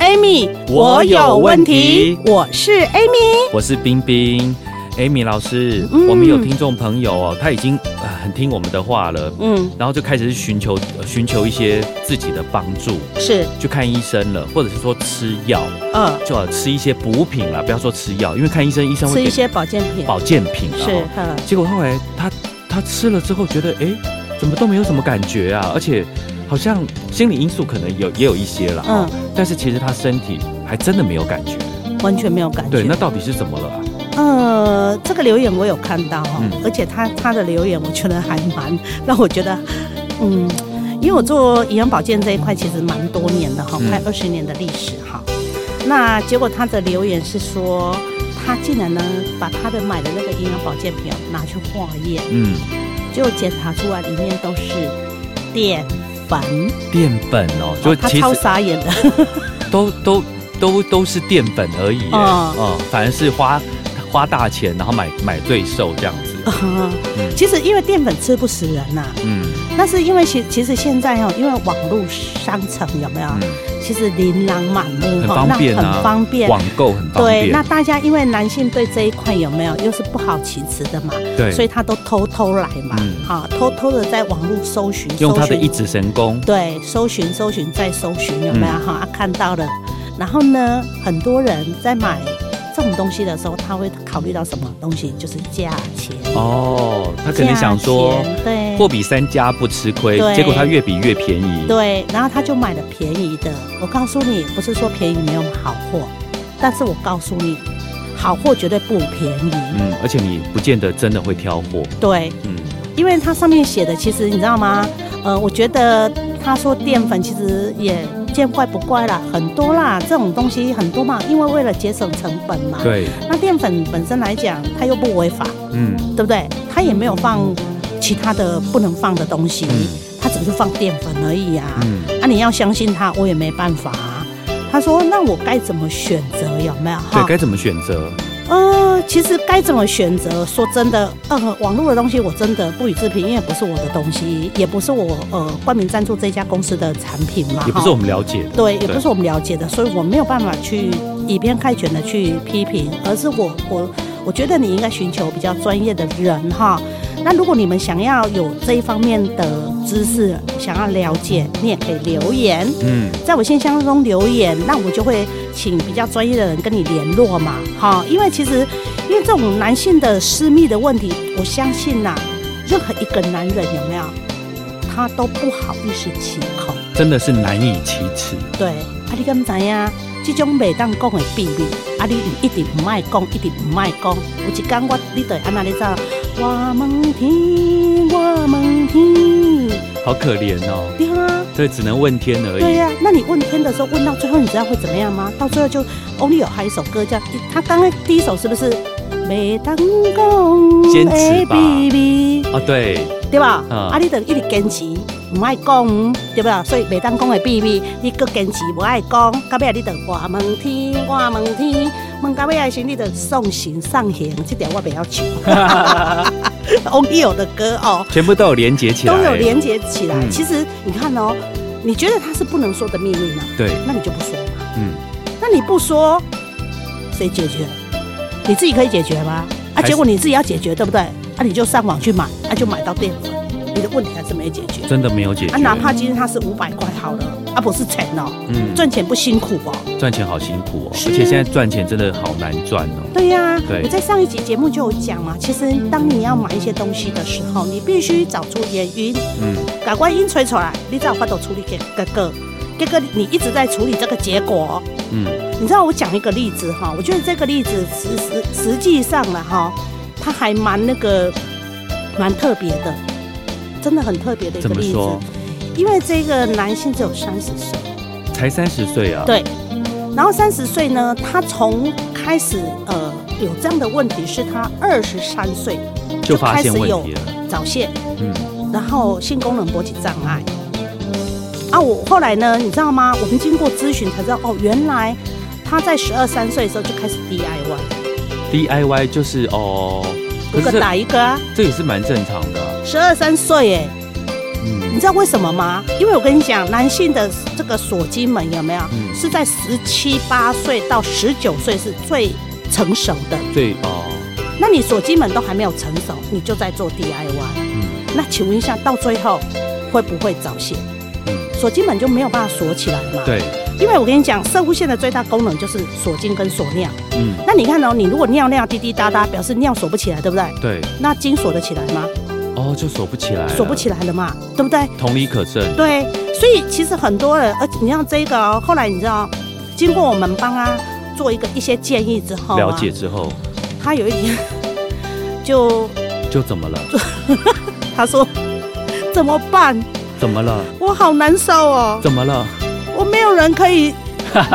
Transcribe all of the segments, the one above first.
Amy，我有问题我是 Amy，我是冰冰，Amy 老师，嗯我们有听众朋友哦，他已经呃很听我们的话了，嗯，然后就开始寻求呃寻求一些自己的帮助，是，去看医生了，或者是说吃药，呃，就呃吃一些补品啦，不要说吃药，因为看医生医生吃会一给些保健品，保健品啦是哦，呃，结果后来他他吃了之后觉得，哎，怎么都没有什么感觉啊，而且好像心理因素可能有也有一些了，嗯，但是其实他身体还真的没有感觉，完全没有感觉。对，那到底是怎么了啊？呃，这个留言我有看到哈、嗯而且他他的留言我觉得还蛮让我觉得，嗯，因为我做营养保健这一块其实蛮多年的哈、嗯快二十年的历史哈。那结果他的留言是说，他竟然呢把他的买的那个营养保健品哦拿去化验，嗯，结果检查出来里面都是淀粉，淀粉哦，就哦他其超实傻眼的，都都都都是淀粉而已耶，哦嗯，反而是花花大钱，然后买买罪受这样子， 其实因为淀粉吃不死人呐、嗯那是因为其其实现在哦，因为网络商城有没有？嗯，其实琳琅满目很哈方哦那便啊，很方便。网购很方对，便，那大家因为男性对这一块有没有又是不好其词的嘛，对所以他都偷偷来嘛嗯，哈、偷偷的在网络搜寻，用他的搜寻一嗯指神功，对，搜寻、搜寻再搜寻，有没有哈、啊看到了，然后呢，很多人在买这种东西的时候，他会考虑到什么东西？就是价钱。哦，他价可能想说。钱对，货比三家不吃亏，对结果他越比越便宜。对，然后他就买了便宜的。我告诉你，不是说便宜没有好货，但是我告诉你，好货绝对不便宜。嗯，而且你不见得真的会挑货。对，嗯因为它上面写的，其实你知道吗？呃，我觉得他说淀粉其实也见怪不怪啦，很多啦，这种东西很多嘛，因为为了节省成本嘛。。对，那淀粉本身来讲，它又不违法，嗯对不对？它也没有放其他的不能放的东西，它只是放淀粉而已啊。嗯啊，你要相信他，我也没办法、啊。他说：“那我该怎么选择？有没有？对，该怎么选择？呃，其实该怎么选择？说真的，呃，网络的东西我真的不予置评，因为不是我的东西，也不是我呃冠名赞助这家公司的产品嘛，也不哈是我们了解的。对，也不是我们了解的，所以我没有办法去以偏概全的去批评，而是我我我觉得你应该寻求比较专业的人哈。那如果你们想要有这一方面的知识，想要了解，你也可以留言，嗯，在我信箱中留言，那我就会请比较专业的人跟你联络嘛，哈。因为其实因为这种男性的私密的问题，我相信呐、任何一个男人有没有，他都不好意思启口。真的是难以启齿。对，啊，你敢知影？这种袂当讲的秘密，啊，你一直唔爱讲，一直唔爱讲。有一天我，你得安那里走，我问天，我问天，好可怜哦，对啊，这只能问天而对已。呀、那你问天的时候，问到最后，你知道会怎么样吗？到最后就 Only 有还有一首歌叫，他刚刚第一首是不是？袂当讲坚持吧秘密，哦，对，对吧？嗯啊，你等一直坚持，唔爱讲，对吧？所以袂当讲的秘密，你搁坚持无爱讲，到尾啊，你等我问天，我问天，问到尾啊时候，你等送行上行，这点我比较求。Only 有的歌哦，全部都有连接起来，都有连接起来。嗯其实你看哦，你觉得它是不能说的秘密吗？对，那你就不说嘛。嗯，那你不说，谁解决？你自己可以解决吗？啊，还是结果你自己要解决，对不对？啊，你就上网去买，啊，就买到淀粉，你的问题还是没解决。真的没有解决。啊，哪怕今天它是五百块好了，啊，不是钱哦，嗯赚钱不辛苦哦。赚钱好辛苦哦，是啊而且现在赚钱真的好难赚哦。对呀、对我在上一集节目就有讲嘛，其实当你要买一些东西的时候，你必须找出原因，嗯，感官音吹出来，你才有办法处理给哥哥。哥哥，你一直在处理这个结果。哦嗯你知道我讲一个例子哈，我觉得这个例子实实实际上了哈，它还蛮那个蛮特别的，真的很特别的一怎个么例子说。因为这个男性只有三十岁，才三十岁啊，对，然后三十岁呢，他从开始呃有这样的问题，是他二十三岁就发现开始问有题了，早泄，嗯，然后性功能勃起障碍。啊，我后来呢，你知道吗？我们经过咨询才知道，哦，原来他在十二三岁的时候就开始 DIY， DIY 就是哦，可一是个这打一个啊，这也是蛮正常的啊，十二三岁哎，你嗯，知道为什么吗？因为我跟你讲，男性的这个锁精门有没有，嗯是在十七八岁到十九岁是最成熟的。最哦，那你锁精门都还没有成熟，你就在做 DIY，嗯那请问一下，到最后会不会早泄？嗯，锁精门就没有办法锁起来嘛？。对，因为我跟你讲，射护腺的最大功能就是锁精跟锁尿。嗯那你看哦，你如果尿尿滴滴答答，表示尿锁不起来，对不对？对，那精锁得起来吗？哦就锁不起来，锁不起来，来了嘛，对不对？同理可证，对，所以其实很多人，而且你像这个哦、后来你知道，经过我们帮他做一个一些建议之后、啊，了解之后他有一天就就怎 么了？他说怎么办？怎么了？我好难受哦，怎么了？我没有人 可以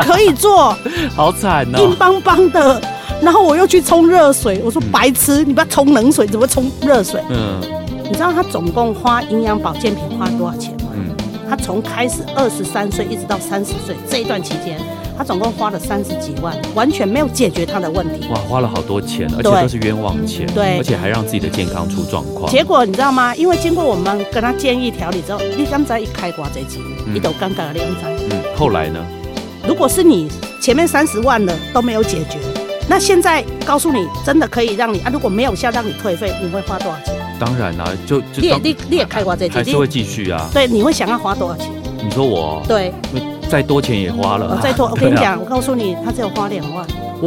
可以做，好惨硬哦！邦邦的。然后我又去冲热水，我说嗯白痴，你不要冲冷水，怎么冲热水？嗯你知道他总共花营养保健品花多少钱吗？嗯，他从开始二十三岁一直到三十岁这一段期间，他总共花了三十几万，完全没有解决他的问题。哇，花了好多钱，而且对都是冤枉钱，对而且还让自己的健康出状况。结果你知道吗？因为经过我们跟他建议调理之后，你刚才一开挂这集，嗯一头尴尬的两才。嗯，后来呢？如果是你前面三十万了都没有解决，那现在告诉你真的可以让你啊，如果没有效让你退费，你会花多少钱？当然啦、就就你也当你你也开挂这集，还是你会继续啊。对你会想要花多少钱？你说我对，再多钱也花了啊、我哦再 多，我跟你对啊，讲，我告诉你，他只有花两万。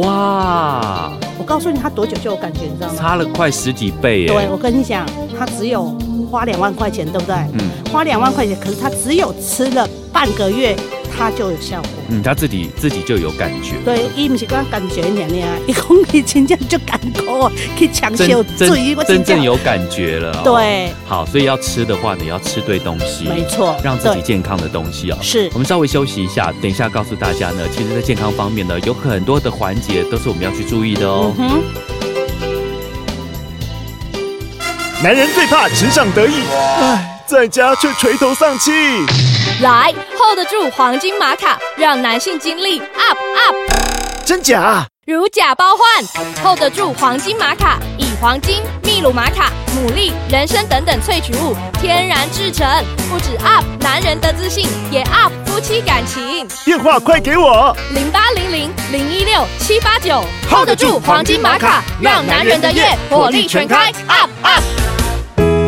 哇，我告诉你，他多久就有感觉，你知道吗？差了快十几倍耶！对，我跟你讲，他只有花两万块钱，对不对？嗯花两万块钱，可是他只有吃了半个月，他就有效果。嗯，他自己自己就有感觉，对，伊毋是讲感觉尔尔，伊讲伊真正就艰苦啊，去抢真修真注意我真真正正。有感觉了、哦。，对，好，所以要吃的话，你要吃对东西，没错，让自己对健康的东西哦。是我们稍微休息一下，等一下告诉大家呢，其实，在健康方面呢，有很多的环节都是我们要去注意的哦。嗯哼。男人最怕职场得意，唉，在家却垂头丧气。来 hold 住黄金玛卡，让男性精力 up up，真假？如假包换，hold 住黄金玛卡，以黄金、秘鲁玛卡、牡蛎、人参等等萃取物天然制成，不止 up 男人的自信，也 up 夫妻感情。电话快给我！零八零零零一六七八九 hold 得住黄金玛卡让男人的夜火力全开，up up。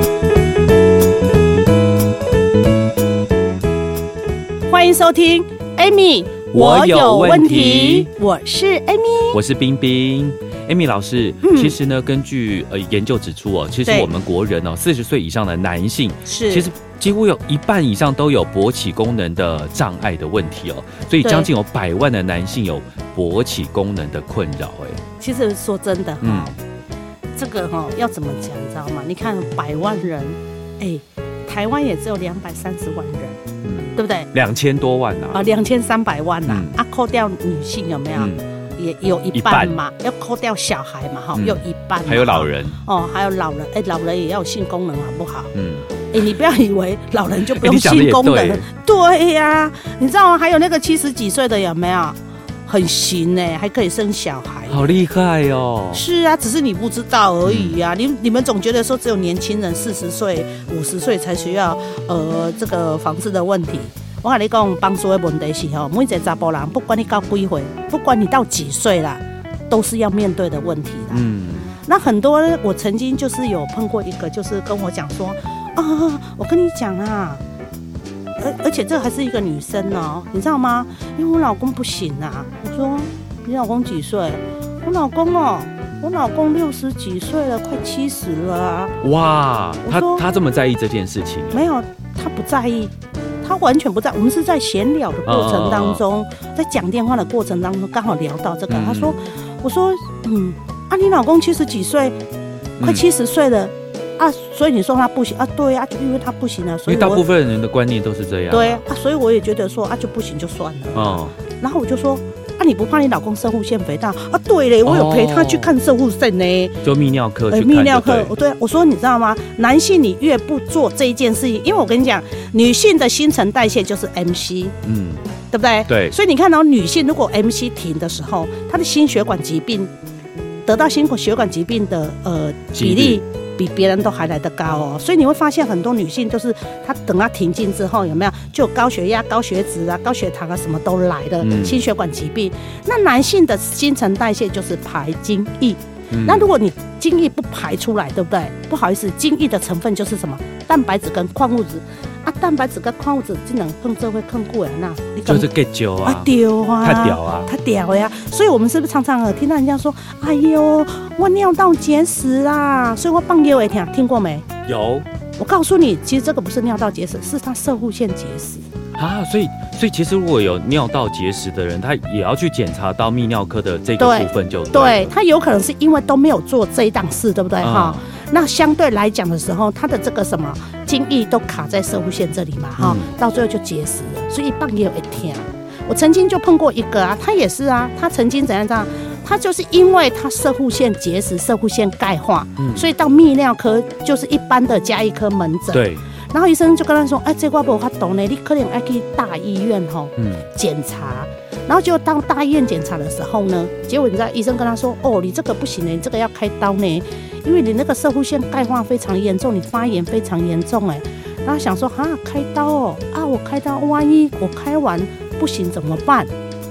欢迎收听 Amy，我有问题，我是 Amy。我是冰冰。Amy 老师，其实呢，根据呃研究指出哦，其实嗯对我们国人哦，四十岁以上的男性，是，其实几乎有一半以上都有勃起功能的障碍的问题哦，所以对将近有百万的男性有勃起功能的困扰。哎，其实说真的，嗯哈，这个哈要怎么讲，你知道吗？你看百万人，哎，台湾也只有两百三十万人，嗯，对不对？两千多万啊，啊，两千三百万呐、嗯啊，扣掉女性有没有？嗯，也有一半嘛，要扣掉小孩嘛，哈、嗯有一半嘛，还有老人，哦，还有老人，哎、老人也要有性功能好不好？嗯，哎、你不要以为老人就不哎用你讲得性也功能，对对呀、你知道吗？还有那个七十几岁的有没有？很行呢、还可以生小孩。好厉害哦，嗯是啊，只是你不知道而已啊。你你们总觉得说只有年轻人四十岁、五十岁才需要呃这个房子的问题。我跟你讲，帮助的问题是吼，每一个查甫人，不管你到几岁，不管你到几岁啦，都是要面对的问题啦。嗯，那很多呢我曾经就是有碰过一个，就是跟我讲说啊，我跟你讲啊，而而且这还是一个女生哦，你知道吗？因为我老公不行啊。我说你老公几岁？我老公哦，我老公六十几岁了，快七十了啊。哇，我他说他这么在意这件事情，啊没有，他不在意，他完全不在。我们是在闲聊的过程当中，在讲电话的过程当中，刚好聊到这个。嗯他说：“我说，嗯，啊，你老公七十几岁，快嗯七十岁了，啊，所以你说他不行啊？对啊，就因为他不行啊，因所为以大部啊我啊分人的观念都是这样，对啊，所以我也觉得说啊，就不行就算了。哦，然后我就说，啊，你不怕你老公肾护腺肥大啊？对嘞，我有陪他去看肾护肾呢，就泌尿科哦去哎，看，泌尿科对，不我对对我说，你知道吗？男性你越不做这一件事情，因为我跟你讲，女性的新陈代谢就是 MC，嗯，对不对？对所以你看到、女性如果 MC 停的时候，她的心血管疾病得到心血管疾病的呃几率比例。比别人都还来得高哦，所以你会发现很多女性就是她等她停经之后，有没有就有高血压、高血脂啊、高血糖啊什么都来了，嗯心血管疾病。那男性的新陈代谢就是排精液，嗯那如果你精液不排出来，对不对？不好意思，精液的成分就是什么？蛋白质跟矿物质啊，蛋白质跟矿物质竟然更这会更过人呐，你就讲是 get 酒啊啊，丢啊，太屌啊，他屌呀！所以我们是不是常常有听到人家说，哎呦，我尿道结石啦，所以我半夜我也听听过没？有我告诉你，其实这个不是尿道结石，是他射护腺结石。啊，所以所以其实如果有尿道结石的人，他也要去检查到泌尿科的这个对部分就对了他有可能是因为都没有做这一档事，对不对哈、嗯那相对来讲的时候，他的这个什么精液都卡在射物线这里嘛哈、嗯到最后就结石了，所以一棒也有一天。我曾经就碰过一个啊，他也是啊，他曾经怎样怎样，他就是因为他射护腺结石、射护腺钙化、嗯所以到泌尿科就是一般的加一科门诊。对，然后医生就跟他说：“哎，这我无法懂呢，你可能要去大医院吼、嗯，检查，然后就到大医院检查的时候呢，结果你知道医生跟他说，哦，你这个不行呢，你这个要开刀呢，因为你那个射护腺钙化非常严重，你发炎非常严重哎，然后想说啊，开刀哦，啊，我开刀，万一我开完不行怎么办？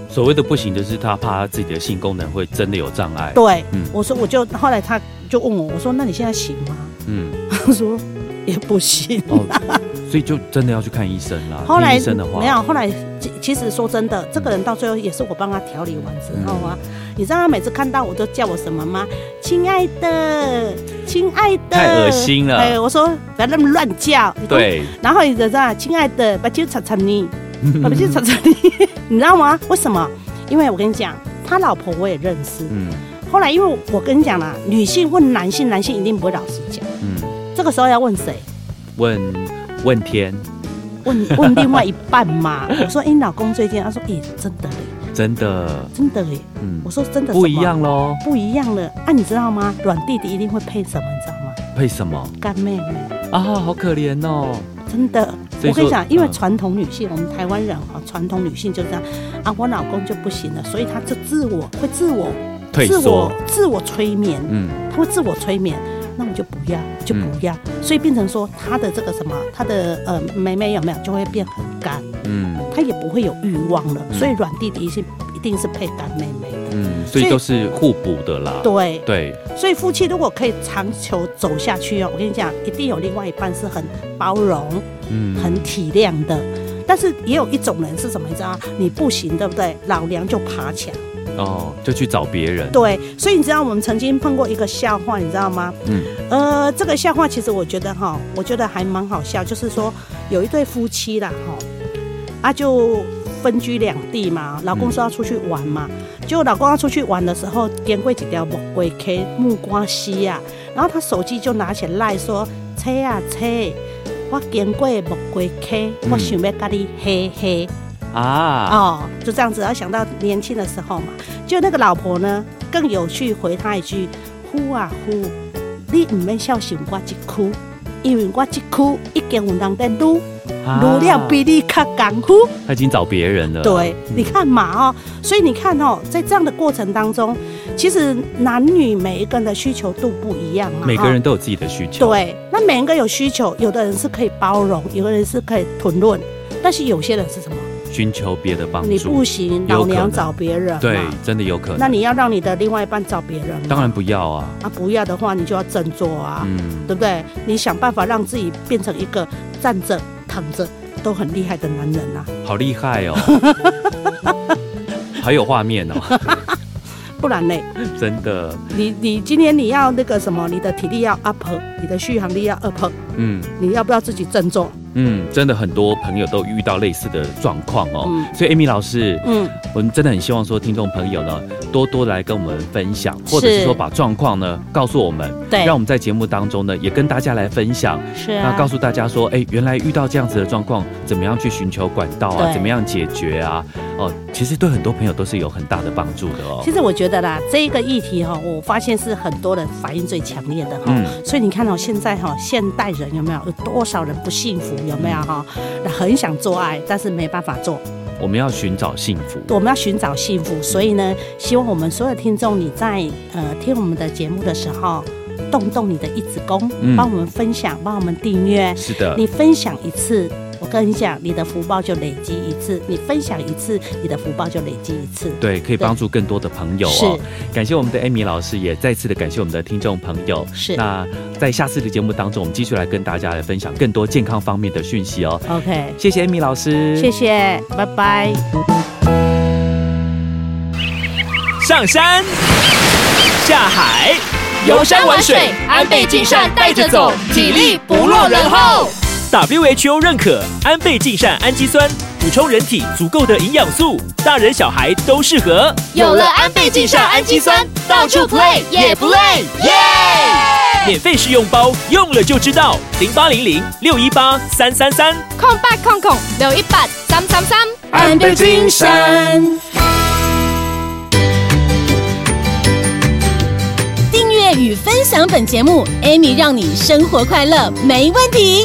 所谓的不行就是他怕他自己的性功能会真的有障碍，对，嗯我说我就后来他就问我，我说那你现在行吗？嗯，他说也不行。哦， 所以就真的要去看医生啦。后来听医生的话，没有，后来其其实说真的，这个人到最后也是我帮他调理完之后啊，嗯你知道他每次看到我都叫我什么吗？亲爱的，亲爱的，太恶心了哎，我说不要那么乱叫。你跟我。对，然后你知道，亲爱的，把酒擦擦你，嗯把酒擦擦你， 你知道吗？为什么？因为我跟你讲，他老婆我也认识。嗯后来因为我跟你讲啦，女性问男性，男性一定不会老实讲。嗯，这个时候要问谁？问问天，问问另外一半嘛。我说，哎、你老公最近，他说，咦、真的嘞。真的，真的耶！嗯我，说真的，不一，样喽，不一样了。啊，你知道吗？软弟弟一定会配什么，你知道吗？配什么干妹妹，啊？好可怜哦，真的。所以我跟说你讲，因为嗯传统女性，我们台湾人哈，传统女性就这样啊，我老公就不行了，所以他就自我会自我退自我缩，自我催眠，嗯，他会自我催眠。那我就不要，就不要，嗯所以变成说他的这个什么，他的呃妹妹有没有就会变很干，嗯他也不会有欲望了。嗯所以软弟弟是一定是配干妹妹的，嗯，所以所以都是互补的啦。对。对，所以夫妻如果可以长久走下去哦，我跟你讲，一定有另外一半是很包容、嗯很体谅的。但是也有一种人是什么？你知道吗，你不行，对不对？老娘就爬墙。哦，就去找别人，对，所以你知道我们曾经碰过一个笑话，你知道吗？嗯，呃，这个笑话其实我觉得哈，我觉得还蛮好笑，就是说有一对夫妻啦哈，啊就分居两地嘛，老公说要出去玩嘛，嗯结果老公要出去玩的时候，经过一条木瓜溪木瓜溪啊，然后他手机就拿起来说：“车啊车，我经过木瓜溪，我嗯想要跟你嘿嘿。啊，哦，就这样子。要想到年轻的时候嘛，就那个老婆呢，更有趣回他一句：“呼啊呼，你唔免孝心我一哭，因为我一哭已经有人在撸，撸了比你较艰苦。啊他已经找别人了，对，你看嘛哦，所以你看哦，在这样的过程当中，其实男女每一个人的需求度不一样嘛、每个哦人都有自己的需求，，对，那每一个有需求，有的人是可以包容，有的人是可以吞论，但是有些人是什么？寻求别的帮你不助，行，有老可娘能找别人嘛。对，真的有可那能，你要让你的另外一半找别人吗？当然不要啊，啊，不要的话，你就要振作啊，嗯对不对？你想办法让自己变成一个站着、躺着都很厉害的男人啊，好厉害哦， 好有画面哦， 不然嘞，真的，你你今天你要那个什么，你的体力要 up，你的续航力要 up，嗯你要不要自己振作？嗯，真的很多朋友都遇到类似的状况哦，嗯所以 Amy 老师，嗯，我们真的很希望说听众朋友呢多多来跟我们分享，或者是是说把状况呢告诉我们，对让我们在节目当中呢也跟大家来分享，是那告诉大家说，哎、原来遇到这样子的状况，怎么样去寻求管道啊？对怎么样解决啊？哦，其实对很多朋友都是有很大的帮助的哦其。实我觉得啦，这一个议题哈、我发现是很多人反应最强烈的哈、嗯所以你看哦，现在哈、现代人有没有有多少人不幸福？有没有哈、那很想做爱，但是没办法做。我们要寻找幸福。我们要寻找幸福，所以呢，希望我们所有听众，你在呃听我们的节目的时候，动动你的一指功嗯，帮我们分享，帮我们订阅。是的，你分享一次，我跟你讲，你的福报就累积一次；你分享一次，你的福报就累积一次。对，可以帮助更多的朋友哦。感谢我们的艾米老师，也再次的感谢我们的听众朋友。是那在下次的节目当中，我们继续来跟大家来分享更多健康方面的讯息哦。 ，OK，谢谢艾米老师，谢谢，拜拜。上山，下海，游山玩水，安倍晋善带着走，体力不落人后。 WHO 认可安倍晋善氨基酸，补充人体足够的营养素，大人小孩都适合。有了安倍晋善氨基酸，到处 play 也不累，耶！免费试用包，用了就知道。零八零零六一八三三三。空八空空六一八三三三。安倍晋三。订阅与分享本节目，Amy 让你生活快乐没问题。